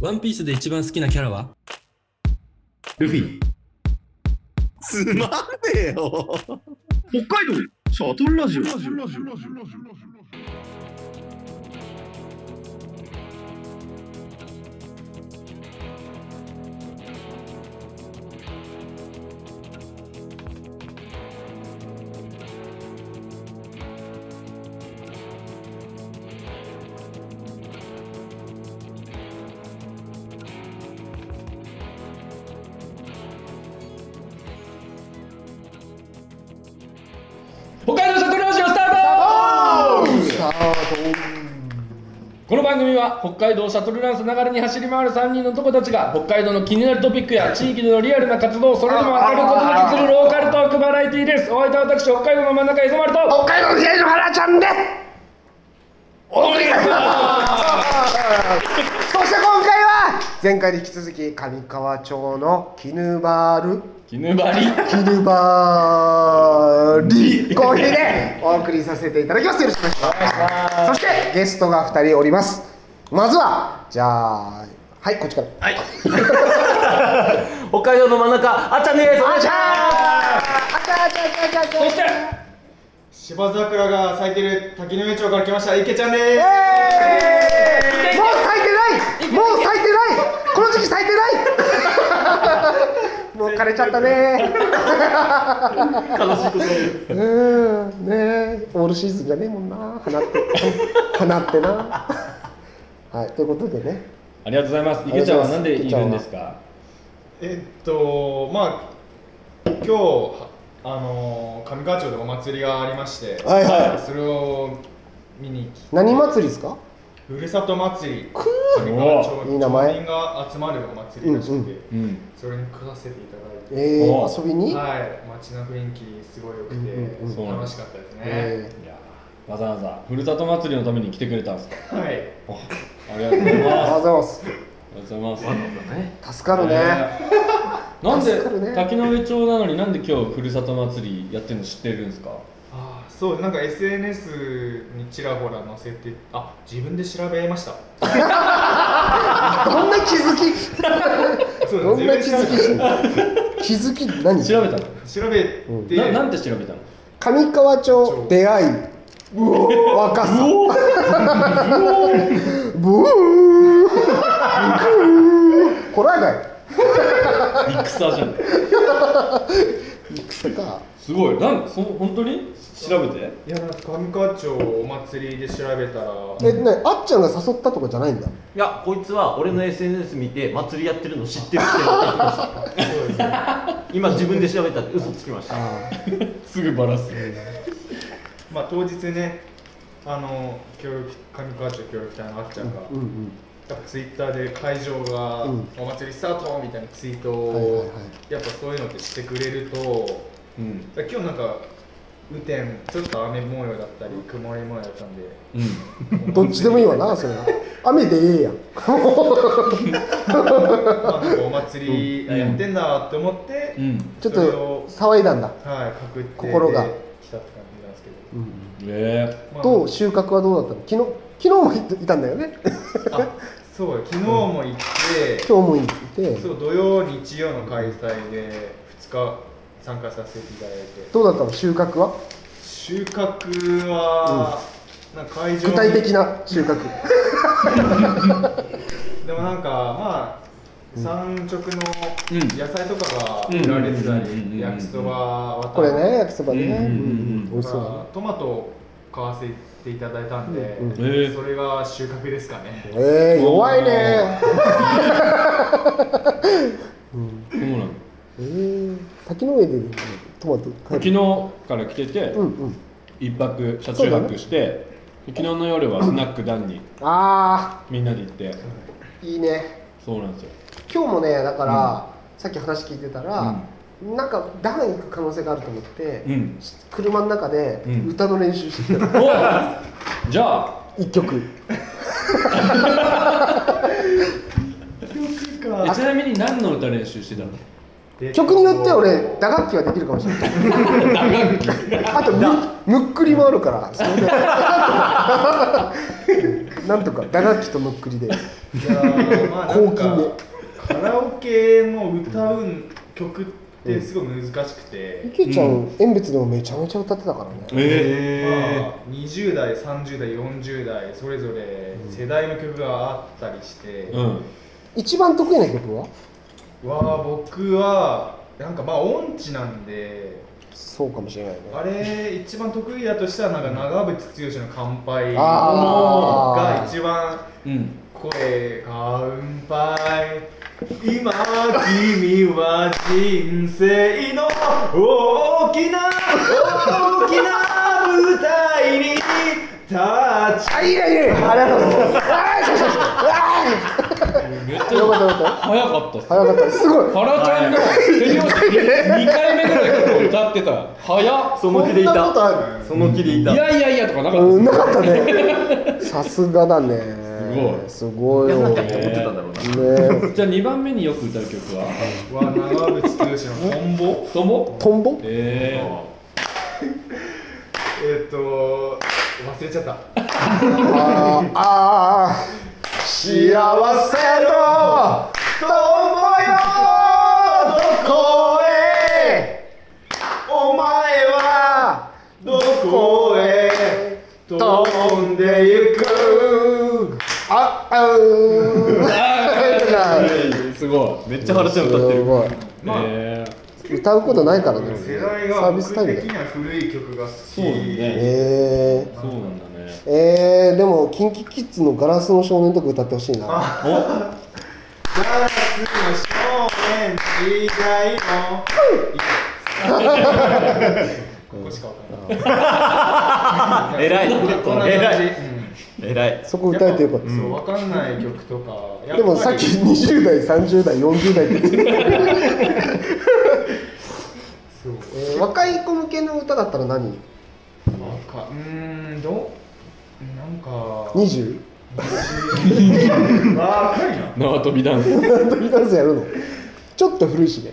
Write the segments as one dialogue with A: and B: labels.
A: ワンピースで一番好きなキャラは
B: ルフィ。
C: つまんねえよ。
B: 北海道シャトルラジオ。
D: 北海道シャトルラジオスタートこの番組は北海道シャトルランス流れに走り回る3人の男たちが北海道の気になるトピックや地域でのリアルな活動をそれでも明るくお届けするローカルトークバラエティーですお相手は私北海道の真ん中磯丸と
E: 北海道の選手の原ちゃんでお願いしますそして今回は前回に引き続き上川町のキヌバール
D: 絹張り
E: キヌバーリコーヒーでお送りさせていただきますよろしくお願いしますそしてゲストが2人おりますまずはじゃあはいこっちからはい
C: 北海道の真ん中、あっちゃんです。
E: あちゃーあちゃーあちゃーあちゃーあち
D: そして
E: ゃー
F: 芝桜が咲いてる滝の上町から来ました池ちゃんです
E: もう咲いてないもう咲いてないこの時期咲いて ないもう枯れちゃったね悲しいことうんねえオールシーズンじゃねえもんな花って花ってなはいということでね
D: ありがとうございます池ちゃんはなんでいるんですか
F: えっとまあ今日はあのー上川町でお祭りがありまして、
E: はいは
F: それを見に来
E: 何祭りですか
F: ふるさと祭り上川
D: お
F: 町
E: いい名前
F: 町民が集まるお祭りらしく
E: う
F: て、
E: んう
D: うん
F: それに来させていただいて
E: え
D: お
E: ー、遊びに、
F: はい街の雰囲気すごい良く
E: う
F: て、
E: ん
D: うんうん
F: 楽しかったですね、
E: え
D: いやーわざわざふるさと祭りのために来てくれたんですか
F: はい
D: ありがとうござい
E: ー、ありが
D: ま
E: とうございます
D: すありがとうございます
E: 助かるね、
D: なん
E: 助かる
D: で
E: ね
D: 滝上町なのになんで今日ふるさと祭りやってるの知ってるんですか
F: あーそうなんか SNS にちらほら載せてあ自分で調べました
E: どんな気づき
F: そう
E: どんな気づきして
F: 自
E: んの気づき何
D: 調べたの
F: 調べて、
D: ななんて調べたの
E: 上川町出会い若さブーホラー
D: 戦じゃん
E: 街か
D: すごいなんそ本当に調べて
F: いやなんか上川町お祭りで調べたら
E: えなにあっちゃんが誘ったとかじゃないんだ
C: いや、こいつは俺の SNS 見て、祭りやってるの知ってるって言ってきました。
F: そうですね
C: 今自分で調べたって嘘つきました。
E: あ
D: すぐバラす
F: まあ当日ねあの協力上川町協力隊のあっちゃんが、
E: ーうんうん
F: やっぱツイッターで会場が
E: うん
F: お祭りスタートみたいなツイートを、
E: はいはいは
F: やっぱそういうのってしてくれると
D: うん
F: だから今日なんか雨天ちょっと雨模様だったり曇り模様だったんで
D: うん
E: どっちでもいいわなそれは雨でええやん
F: あなんかお祭りやってんだって思って、
D: うん
E: ちょっ
F: それ
E: と
F: を
E: 騒いだんだ、
F: はい確定で
E: 心が
F: 来たって感じなんですけど、
E: うん、
D: え
F: まあ
E: どう収穫はどうだったの昨日昨日もいたんだよね
F: あそう昨日も行って、
E: 今日もいて
F: そう土曜日曜の開催で2日参加させていただいて
E: どうだったの収穫は
F: 収穫は、なんか会場
E: 具体的な収穫
F: でもなんかまあ産
D: う
F: 直の
D: ん
F: 野菜とかが
D: うん
F: 売られてた
D: うんうんうんうん
F: り焼きそばは
E: これね焼きそばね、
D: うんうんうん
E: うん美味しそうだね
F: トマトを買わせていただいたんで、
E: うんうん
D: へえ
F: それが収穫ですかね
E: えー、弱いね
D: そうなの
E: えー、滝の上でトマト
D: 昨日から来てて
E: うんうん
D: 一泊車中泊して昨日の夜はスナックダンに
E: あ
D: みんなで行って
E: ーいいね
D: そうなんですよ
E: 今日もねだから、さっき話聞いてたら、なんかダン行く可能性があると思って、
D: うん
E: 車の中で
D: うん
E: 歌の練習し てきた
D: おじゃあ
E: 一曲
D: えちなみに何の歌練習してたの
F: で
E: 曲によっては俺打楽器はできるかもしれない あとむむっくりもあるからそれで なんとか打楽器とむっくりで
F: いやーまあなんか
E: 抗菌で
F: カラオケの歌う曲ってすごい難しくて、
E: ゆきちゃん演別でもめちゃめちゃ歌ってたからね
F: まあ、20代30代40代それぞれ世代の曲があったりして、
C: うん
E: 一番得意な曲は
F: わあ僕はなんかまあ音痴なんで
E: そうかもしれないね
F: あれ一番得意だとしたらなんか長渕剛の「乾杯」
E: あー
F: が一番
A: うん。
F: 声乾杯今君は人生の大きな大きな舞台に立ち
E: あいいねいいねありがとうございますあーそうそうそう
D: めっ
E: あー
D: ち
E: よか
D: ゃ
E: ったよかっ
D: 早かったっす
E: た早かったすごい
D: 原ちゃんが手拍子2回目ぐらいから歌ってた早っ
C: その気でいた
E: こんなことあ
C: その気でい
D: い
C: た
D: やいやいやとかなかったっ
E: う
D: す
E: んなかったねさすがだねすごい
C: いや
E: よ
C: なんか
E: ね
C: って思ってたんだろうな
D: じゃあ2番目によく歌う曲は
F: は長渕剛の「トンボ
D: とも
E: トンボ
D: えー、」
F: えっと忘れちゃった
E: あーあー幸せの
F: 友よ
E: どこへ
F: お前はどこへ飛んでゆく
E: ああうー
D: すご
C: めっちゃ原ちゃん歌って
E: す
C: る
E: ごい
F: まあ
D: え
E: 歌うことないからね
F: 世代
E: サ
F: が
E: ービ
F: 僕
E: スタイ
F: 的
E: ル
F: に
E: で
F: は古い曲が好き
D: そうだね
E: え
D: ー、そうなんだね
E: ー、えー、でも KinKiKids の「ガラスの少年」とか歌ってほしいな
F: ガラスの少年時代のここしかわかんない
C: 偉い
F: こんな感じ
C: 偉い
F: うん
C: えらい
E: そこ歌えてよかった
F: そうわかんない曲とかやぱり
E: でもさっき20代30代40代って言ってた、
F: そう
E: えー 若い子向けの歌だったら何
F: なんかうーんどうなんか
E: ?20?
F: 若いな
D: 縄跳びダン ス
E: 飛びダンスやるのちょっと古いしね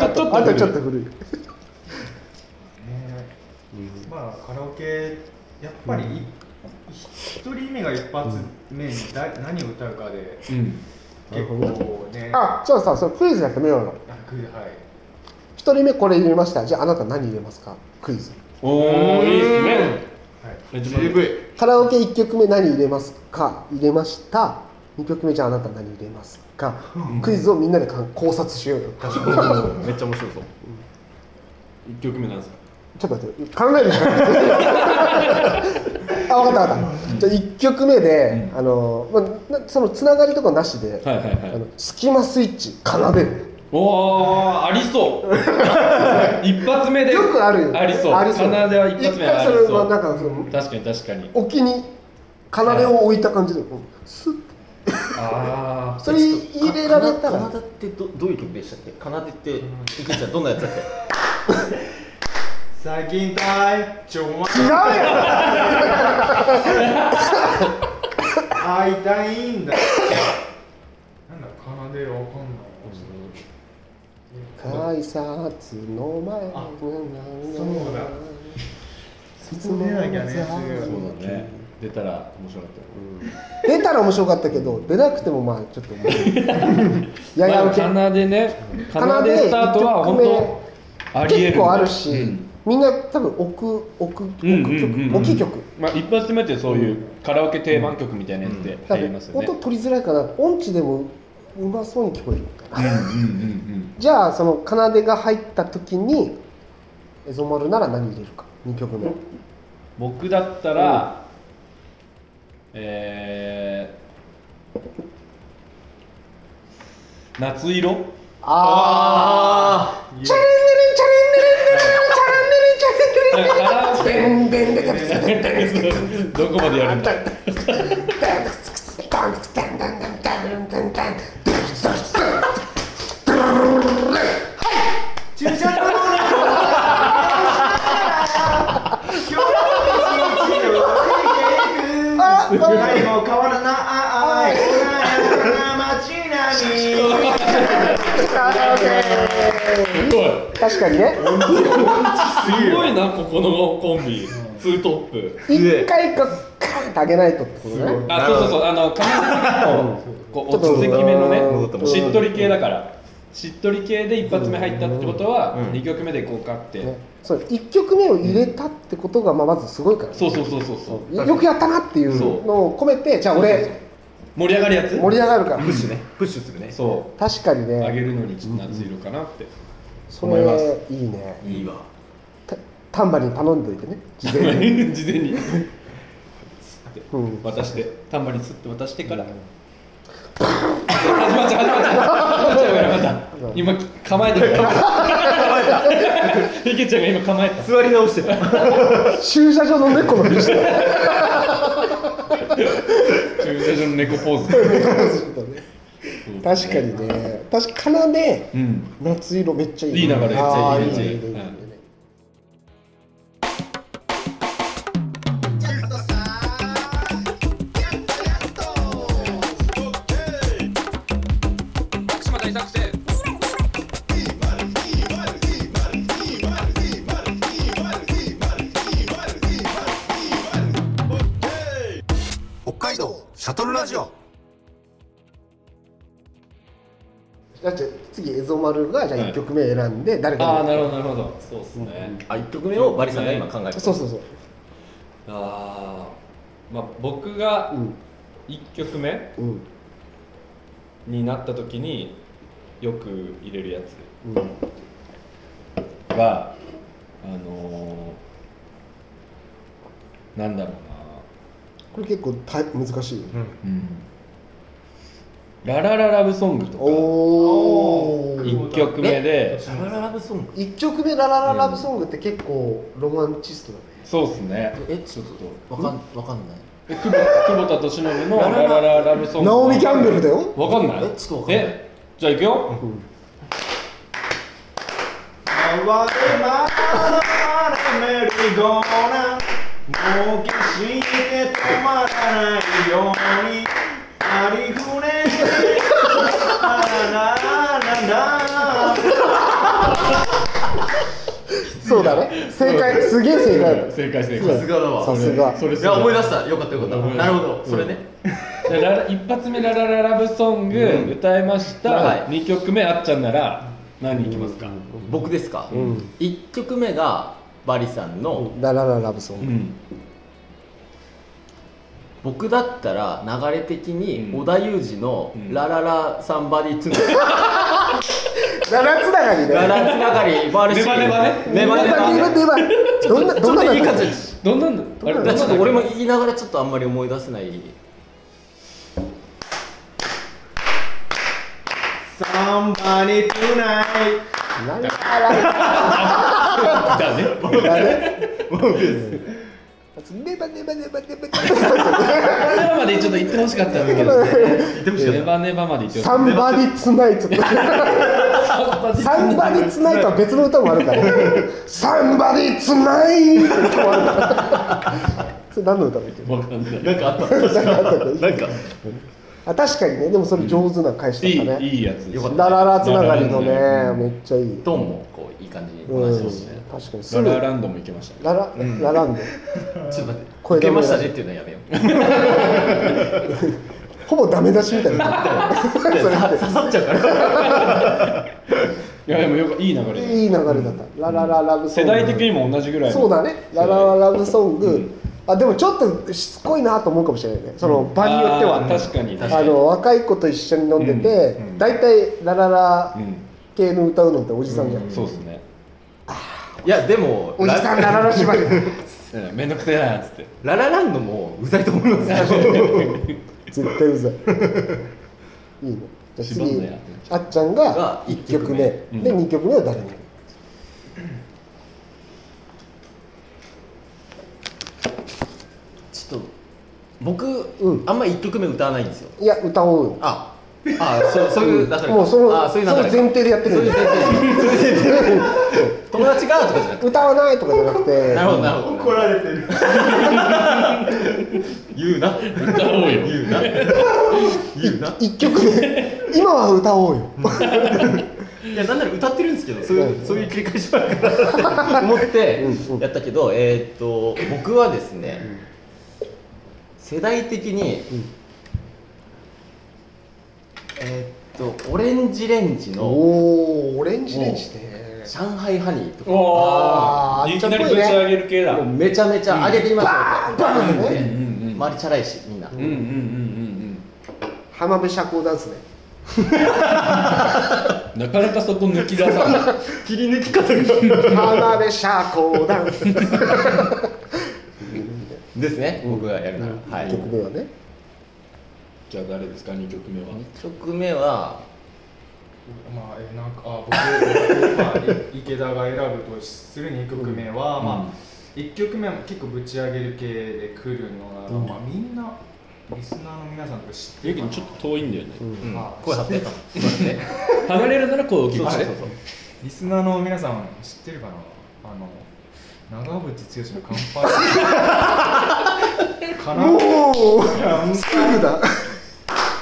E: あとちょっと古い
F: ねまあカラオケやっぱりい一人目が一発目にだ何を歌うかで
D: うん
F: 結構ね
E: あじゃあさそれクイズやってみようよ
F: あくはい
E: 1人目これ入れましたじゃああなた何入れますかクイズ
D: おおいいっ
F: はい
D: すね一番
C: 渋い
E: カラオケ1曲目何入れますか入れました2曲目じゃああなた何入れますか、クイズをみんなでかん考察しようよちょっ
C: めっちゃ面白そう
D: 一曲目なんですか
E: と待って考える時 間ないあ分かった分かったじゃあ1曲目で、あのまあ、なそのつながりとかなしで、
D: はいはい
E: あ
D: はい
E: のスキマスイッチ奏でる
D: おーありそう 一発目で
E: よくあるよね
D: ありそう
E: ありそう
D: 奏では一発目ありそう
E: 一回それはなんかその
D: 確かに確かに
E: 沖に奏を置いた感じで、うんスッ
D: ああ
E: それ入れられたら
C: 奏ってどどういう曲でしたっけ奏でっていけちゃんどんなやつだっけ
F: 最近たいちょま
E: 違うや
F: 会いたいんだなんだ奏でわかんない
E: ん改札の前
F: あ
E: そう
F: だ
E: 説
F: 出なきゃね
D: そうだね出たら面白かった
E: 出たら面白かったけど出なくてもまあちょっと面白いやや
D: ま
E: 受け、
D: あ、奏でね奏
E: 奏で
D: でスタートは本
E: 一曲目
D: 当ありえる
E: 結構あるし、
D: うん
E: みんな多分置く置く置く曲、
D: うんうんうんうん
E: 置き曲
D: まあ、一発目ってそういうカラオケ定番曲みたいなやつで
E: 多
D: 入ります
E: 分
D: よね
E: 音取りづらいから音痴でもうまそうに聞こえるみたいな
D: うんうん
E: じゃあその奏でが入った時にエゾマルなら何入れるか2曲目
D: うんうん僕だったら、えー、夏 色
E: ああ
C: あ
E: チャレンデレンチャレンデレンデレンチャレンデレンチャレンデレン
D: なんかカラオケどこまでやるんだ
F: 駐車場の今日も一日を生きていく何も変わらないこんな街並み
E: OK
D: すごい
E: 確かにね
D: すごいなここのコンビツートップ
E: 一回こうカーンって上げないとってことね
D: あそうそうそうあの髪の毛 もこう落ち着きめの
E: 戻った戻
D: ね
E: った
D: しっとり系だからしっとり系で一発目入ったってことは
C: うん
D: 2曲目でこうかって
E: ねそう1曲目を入れたってことがまあまずすごいからね
D: そうそうそうそうそう
E: よくやったなっていうのを込めてじゃあ俺
D: 盛り上がるやつ
E: 盛り上がるから
F: ッシュねプッシュするね
D: そ
E: 確かに
D: う上げ
E: ね
D: るのに夏色かなって
E: そ
F: 思いま
E: れいいね
C: いいわ
E: たタンバリン頼んどいてね事前に、
D: 事前に
E: うん、
D: 渡してタンバリン吸って渡してから、始まっちゃう始まっちゃう始まっちゃうからまた今構えてる構えたけちゃんが今構えた
F: 座り直してた
E: 駐車場の猫の人
D: 駐車場の猫ポーズ
E: 確かにね確かに奏で
D: うん
E: 夏色めっちゃいい、
D: いい流れ
E: あー
D: めっちゃいい
E: いいねい
D: うん
E: いねいいねだって次エゾ丸がじゃあ1曲目選んで誰
D: ああ
E: か
D: なるほどなるほどそうっすね、
C: あ一曲目をバリさんが今考えて
E: に
C: る
E: そうそうそう、
D: ああまあ僕が
E: うん
D: 1曲目
E: うん
D: になった時によく入れるやつ
E: うん、
D: はあのー、なんだろう
E: これ結構た難しいよ、
D: な、うん、ララララブソングとか
E: おお
D: 1曲目で
C: ララララブソング
E: 一曲目ララララブソングって結構ロマンチストだね、
D: そうっすね
G: えちょっとわかんわかんない
D: 久保久保田利伸のラララララブソング
E: ナオミ・キャンベルだよ、
D: わかんない
G: えちょっとわかんない
D: えじゃあいくよ
E: うん
F: 回れ回れメリーゴーラウンド儲けして止まらないようにありふれてラララララ
E: そうだね正解すげえ正解だった
D: 正解正
E: さ
D: 解
E: す
C: がだわ
E: さすが
D: それ
C: いや思い出したよかったよかった、
D: うん
C: なるほど、それね
D: じゃあララ一発目ララララブソング歌いました、
C: は
D: 二2曲目あっちゃんなら何いきますか
C: 僕ですか、
E: ん
C: 一曲目がバリさんの、
E: ララララブソン
D: う
E: グ、
D: ん
C: 僕だったら流れ的に
D: うん
C: 織田裕二の
D: ん
C: 「ラララサンバディトゥー」
E: 七つながりだ
C: ラ
E: よ
C: ラつながりもあるし
D: ネバネバね
C: ネバネバ
E: ネバネバどんな
C: ち
E: ど
C: ょ
E: ん
C: っ
E: な
C: と
E: だ
C: いい
E: った
C: 感じ
D: どんなんだあれ
E: どん
C: だ
E: な
C: ち
E: だ
C: ょっと俺も言いながらちょっとあんまり思い出せない
F: サンバニトゥナイ
E: ラララ
D: だね
E: だねネバネバネバネバ
D: ネバまでちょっと行ってほしかったんだけど、ね、ネバネバまで行ってほし
E: サンバディツナイトサンバディツナイトは別の歌もあるからサンバディツナイトもあるからそれ何の歌だっけ
D: わかんない
C: なんかあった確かなんか
E: あ確かにねでもそれ上手な返し
D: い
E: だっ
D: い
E: たね
D: いいやつでした
E: ラララつながりのね
D: ララランド
E: めっちゃいい
C: トーンもこういい感じにこ
E: う
C: なんしてほしいね
E: 確かにす
D: ラ
E: ぐ
D: ラ
E: ラ
D: ランドも行けましたね
E: ララランド
C: ちょっと待
E: 声
C: っ
E: 出
C: て
E: な
C: 「
E: い
C: 受けましたね」っていうのはやめよう
E: ほぼダメ出しみたいなそれって
C: 刺さっちゃうから
D: いやでもよくいい流れで
E: いい流れだった。ララララブソン
D: 世
E: グ。
D: 代的にも同じぐらいの
E: そうだね。ララララブソング。あでもちょっとしつこいなと思うかもしれないね。その場によっては。
D: あー確かに確
E: あ
D: かに
E: の若い子と一緒に飲んでて、大体ラララ系の歌うのっておじさんじゃん。
D: そうですね
C: いやでも
E: おじさんラララ縛り。
D: うんめんどくせえなっつって
C: ララランドもうざいと思います
E: 絶対う ざい。いいね。じゃあ
D: 縛ん
E: 次
D: だよ、
E: あっちゃんが一曲目、
D: 目うん
E: で二曲目は誰に？
C: ちょっと僕、
E: うん
C: あんま1曲目歌わないんですよ
E: いや歌おうよ。
C: ああそうそういう流れか
E: もうその
C: あそういう
E: その
C: 流れ
E: 前
C: か
E: 提でやってるんだよ。
C: 友達がとかじゃなくて
E: 歌わないとかじゃなくて。
C: なるほどなるほど
F: 怒られてる
C: 言うな
D: 歌おうよ
C: 言うな言うな
E: 一曲目今は歌おうよ
C: いやなんなら歌ってるんですけどそういうそういう切り返しもあるからと思ってやったけどえーっと僕はですね世代的にえーっとオレンジレンジ
E: お
C: の
E: おオレンジレンジね
C: 上海ハニーとか
D: お
E: あ
D: お
E: ー
D: いきなりぶち上げる系だ
C: もうめちゃめちゃ上げてきましたよ
E: バーン
C: バーンっ
E: うん
F: うん
C: て
F: うん
C: 周りチャラいしみんな
F: うんうんうん
E: 浜辺社交ダンスね
D: なかなかそこ抜き出さない
C: 切り抜き方が
E: 浜辺社交ダンス
C: ですね僕がやるならはい
E: 曲名はね
D: じゃあ誰ですか2曲目は
C: 1曲目は
F: まあえーなんかあ僕、まあ、い池田が選ぶとする2曲目は、まあ1曲目も結構ぶち上げる系で来るのなら、まあ、みんなリスナーの皆さんとか知って
D: ゆ
F: る
D: き
F: かな
D: にちょっと遠いんだよね
C: うん
F: あ
C: 声張ってそうですね
D: 離れるなら声を大きくして
C: そうそうそう
F: リスナーの皆さん知ってるかなあの長渕剛の 乾杯かな
E: おお
F: 乾
E: すぐ
F: 杯
E: だ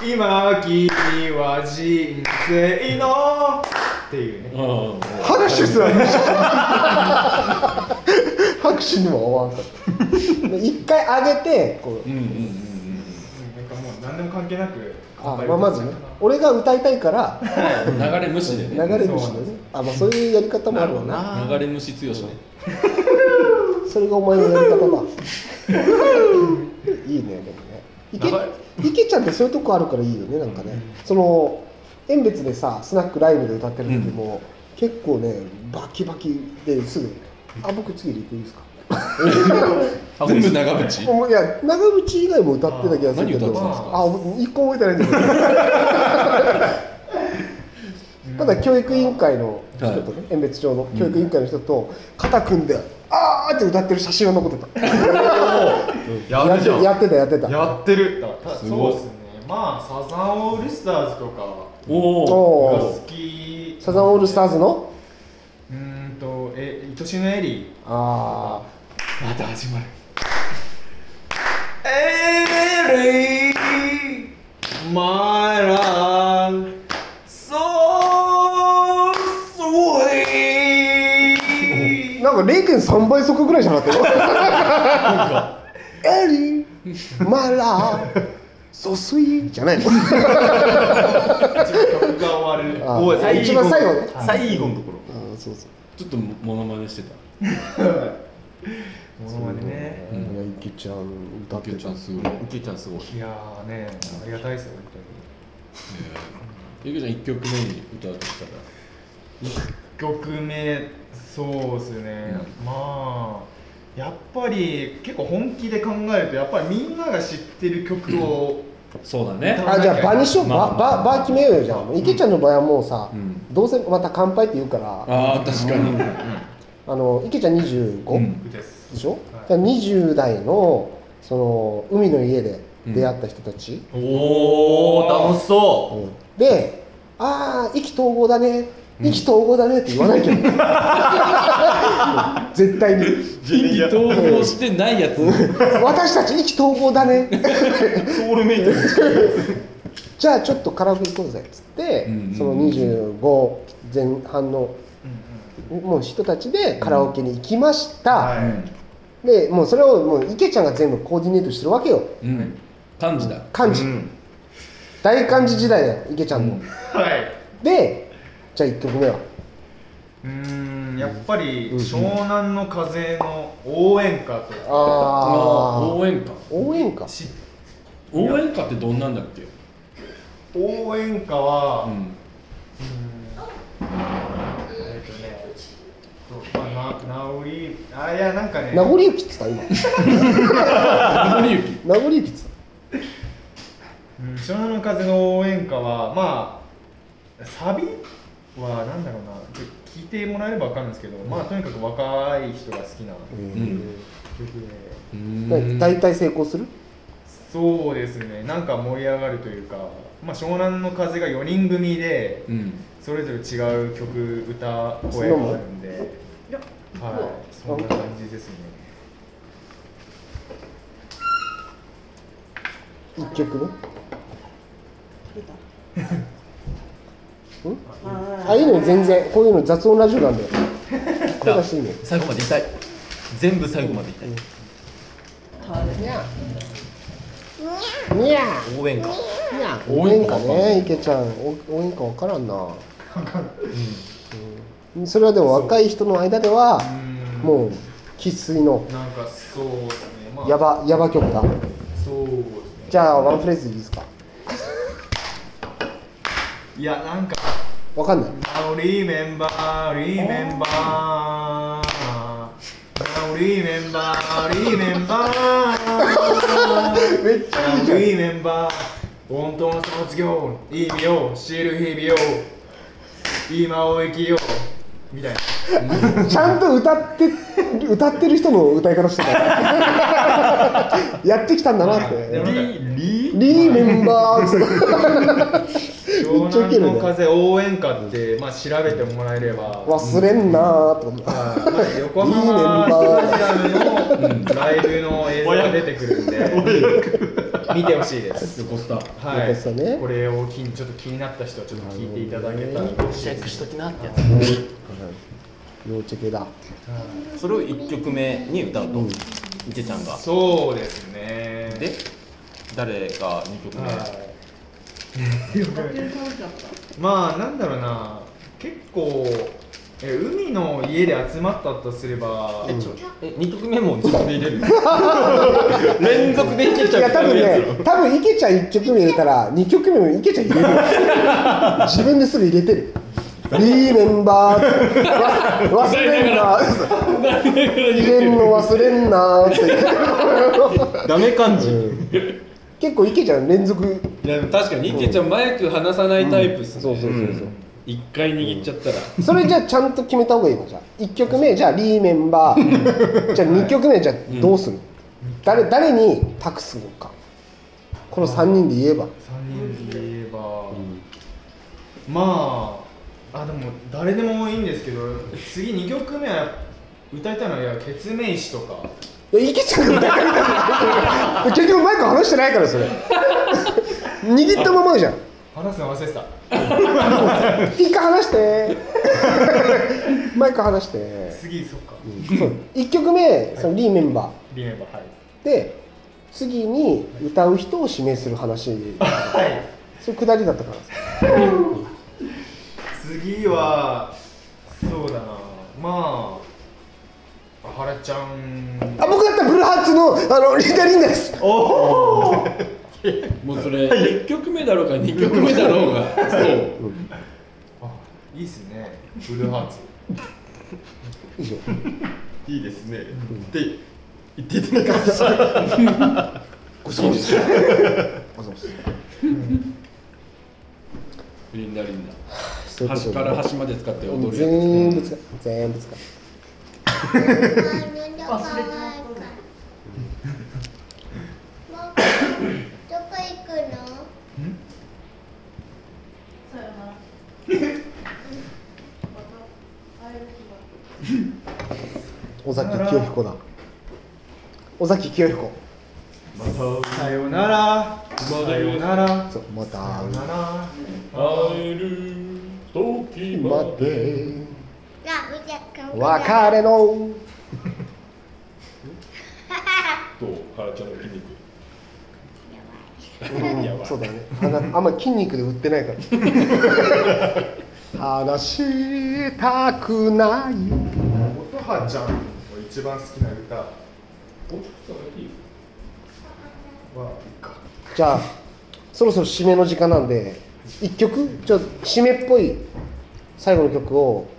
F: 今君は人生のっていうね
D: うん
E: 拍手すらね拍手にも合わんかった一回上げてこう
D: うんうんうん
F: なんかもう何でも関係なく
E: あ
F: 乾杯
E: まあまずね俺が歌いたいから
D: うん流れ無視で
E: 流
D: ね
E: れるし
F: そうなんです
E: ねあまあそういうやり方もあるわな
D: 流
C: な
D: れ無視強しね
E: それがお前のやり方だ いいねでもねいけいけちゃんってそういうとこあるからいいよねなんかね、その演別でさスナックライブで歌ってる時も、結構ねバキバキですぐ「あ僕次リクいい ですか?」
D: 全部長渕
E: もういや長渕以外も歌ってた気がするけど
D: あ何歌ってたんですか
E: あもう一個覚えてないんだけど ただ教育委員会の人とね、演別町の教育委員会の人と肩組んで「あー」って歌ってる写真が残っ てた
C: や
E: や
C: る
E: っ
C: じゃ
E: てや
C: ん
E: ってたやってた
F: やってるだから
D: す
F: そ
D: ご
F: う
D: い
F: ですねまあサザンオールスターズとか
D: おお
E: お
F: が
E: ー
F: 好き
E: サザンオールスターズの
F: うーんとえ愛しのエリー
E: ああ
F: また始まるエリーマイランソースウェイ
E: なんか0.3倍速ぐらいじゃなかったよ エリーマラーソスイじゃないの
F: 曲が終わる
E: あー
F: おい最後
E: 一番最後ね
C: 最後のところ
E: あーそうそう
D: ちょっとモノマネしてた
F: ものまでね
E: いやいけちゃん歌って
D: ゆきち
E: た
D: ゃんすごい
C: ゆきちゃんすごい
F: いやーねありがたいですよ
D: ゆきちゃん1曲目に歌うとしたら
F: 本当に1曲目そうですね、まあやっぱり結構本気で考えるとやっぱりみんなが知ってる曲を
D: そうだ
F: ね
E: あじゃあ場にしよう、
D: まあまあ
E: 場場場決めようよじゃあ池ちゃんの場合はもうさ、
D: ん
E: どうせまた乾杯って言うからあ
D: ああ確かに
E: の池ちゃん25、
D: うん
F: です
E: でしょ、
F: はい
E: じゃあ20代のその海の家で出会った人たち、
C: おお楽しそう
E: うんで「ああ意気投合だね意気投合だね」って言わ ないけど、絶対に
D: 意気投合してないやつ
E: 私たち意気投合だね
F: ソウルメイト
E: じゃあちょっとカラオケ行こうぜっつって、
D: うんうんうん
E: その25前半のもう人たちでカラオケに行きました、でもうそれをもう池ちゃんが全部コーディネートしてるわけよ
D: うん漢字だ
E: 漢字、大漢字時代だよ池ちゃんの、
F: はい、はい、
E: でじゃあ1曲目は
F: うーんやっぱり湘南の風の応援歌と
D: あ
E: ああ
D: 応援歌
E: 応援歌
F: し
D: 応援歌ってどんなんだっけ
F: 応援歌は、
D: う
F: うん
D: ん
F: えっとねそうまあな直りあいやなんかね
E: 名残雪っつった 今
D: 名残ゆき
E: 名残雪っつった
F: うん湘南の風の応援歌はまあサビはなんだろうなちょっと聞いてもらえればわかるんですけど、まあとにかく若い人が好きな
D: うん
F: 曲で、
E: ね大体成功する
F: そうですねなんか盛り上がるというか、まあ、湘南の風が4人組で
D: うん
F: それぞれ違う曲歌
E: そ
F: 声
E: んなもん
F: があるんではいそんな感じですね
E: 1曲目あいいのよ全然こういうの雑音ラジオなんで声出していいのよ
C: 最後までいきたい全部最後までいきたい
E: にゃーにゃー
C: 応援歌
E: にゃー応援歌ね池ちゃんお応援歌わからんなうんそれはでも若い人の間ではもう生粋の
F: なんかそうですねまあ
E: ヤバヤバ曲だ
F: そうですね
E: じゃあワンフレーズいいですか
F: いやなんか
E: わかんない
F: Now remember, remember. Now remember, remember.
E: めっち
F: Now remember. 本当の卒業、意味を知る日々を、今を生きよう。みたいな。
E: ゃちゃんと歌って歌ってる人の歌い方して たやってきたんだなって
F: リ
E: リーメンバー
F: 湘
E: めっちゃウケ
F: 南
E: るね
F: の風応援歌って、まあ、調べてもらえれば。
E: 忘れんなーってこと
F: まあ横浜スタジアムのライブの映像が出てくるんで見てほしいです横スタはい
E: 横スタね
F: これをきちょっと気になった人はちょっと聞いていただけたら
C: チェックしときなってや
E: 要チェケだ
C: つそれを1曲目に歌うと池ちゃんが
F: そうですね
C: で誰が2曲目
F: はいまあなんだろうな結構え海の家で集まったとすれば
C: えちょえ2曲目も自分で入れ る連続でいけ
E: い
C: ちゃ
E: や
C: う
E: 多分
C: やつ
E: ね多分池ちゃん1曲目入れたら2曲目も池ちゃん入れるよ 自分ですぐ入れてるリーメンバーってわ忘れんなー入れんの忘れんなーって
C: ダメ感じ、
E: 結構池ちゃん連続
D: いやでも確かに池ちゃんマイク離さないタイプっすね、
E: そうそうそうそう、
D: 一回握っちゃったら、
E: それじゃあちゃんと決めた方がいいのじゃあ1曲目じゃあリーメンバーじゃあ2曲目じゃあどうする、誰誰に託すのかこの3人で言えば
F: 3人で言えば、まああでも誰でもいいんですけど次2曲目は歌いたいのはいやケツメイシとか
E: いや、いけちゃうんだよ。結局マイク離してないから、それ。 握ったままじゃん。
F: 話すの忘れてた
E: 一回離して。マイク離して。
F: 次そっか、
E: そう、一曲目、そのリーメンバ
F: リメンバーはい
E: ー。で。次に歌う人を指名する話。
F: はい
E: そう、下りだったから。
F: 次はそうだなまあ原ちゃん
E: あ、僕だったらブルーハーツの、あの、リンダリンダです。
D: もうそれ1曲目だろうが2曲目だろうがそう
F: あいいっすねブルーハーツ
E: 以上。
C: いいですねって言っていただきました
E: ごそうです。
D: リンダリンダ
E: そういうこ
D: 端
E: とで
D: から端まで使って踊るや
E: 全部使う。全部使う。
H: どこ行くの？
E: 尾崎清彦だ。尾崎清彦。
F: さよならさよなら
E: そう、また。
F: さよなら
D: つ会える時ま
E: 待って。
H: ラブじゃ乾
E: 別れの
D: と原ちゃんの筋肉
E: そうだねあのあんま筋肉で売ってないから 話したくない
F: 音羽ちゃんの一番好きな歌は一回
E: じゃあそろそろ締めの時間なんで一曲ちょっと締めっぽい最後の曲を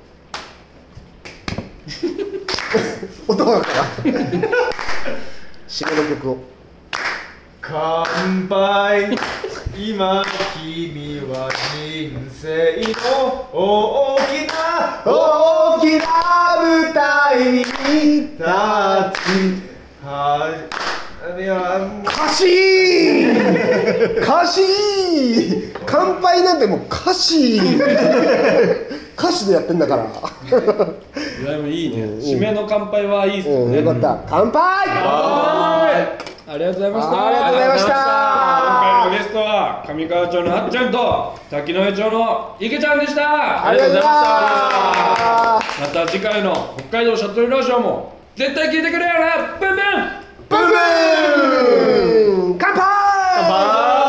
E: 音がから締めの曲を
F: 乾杯今君は人生の大きな大きな舞台に立ちはいや
E: 歌詞歌詞乾杯なんてもう歌詞歌詞でやってんだから
D: いやでもいいね締めの乾杯はいいっす
E: うん
D: ね
E: よかった乾杯
D: あありがとうございました
E: ありがとうございました
D: 今回のゲストは上川町のあっちゃんと滝上町の池ちゃんでした
E: ありがとうございました
D: また次回の北海道シャトルラジオも絶対聞いてくれよなブンブン
E: ブンブン乾杯
C: 乾杯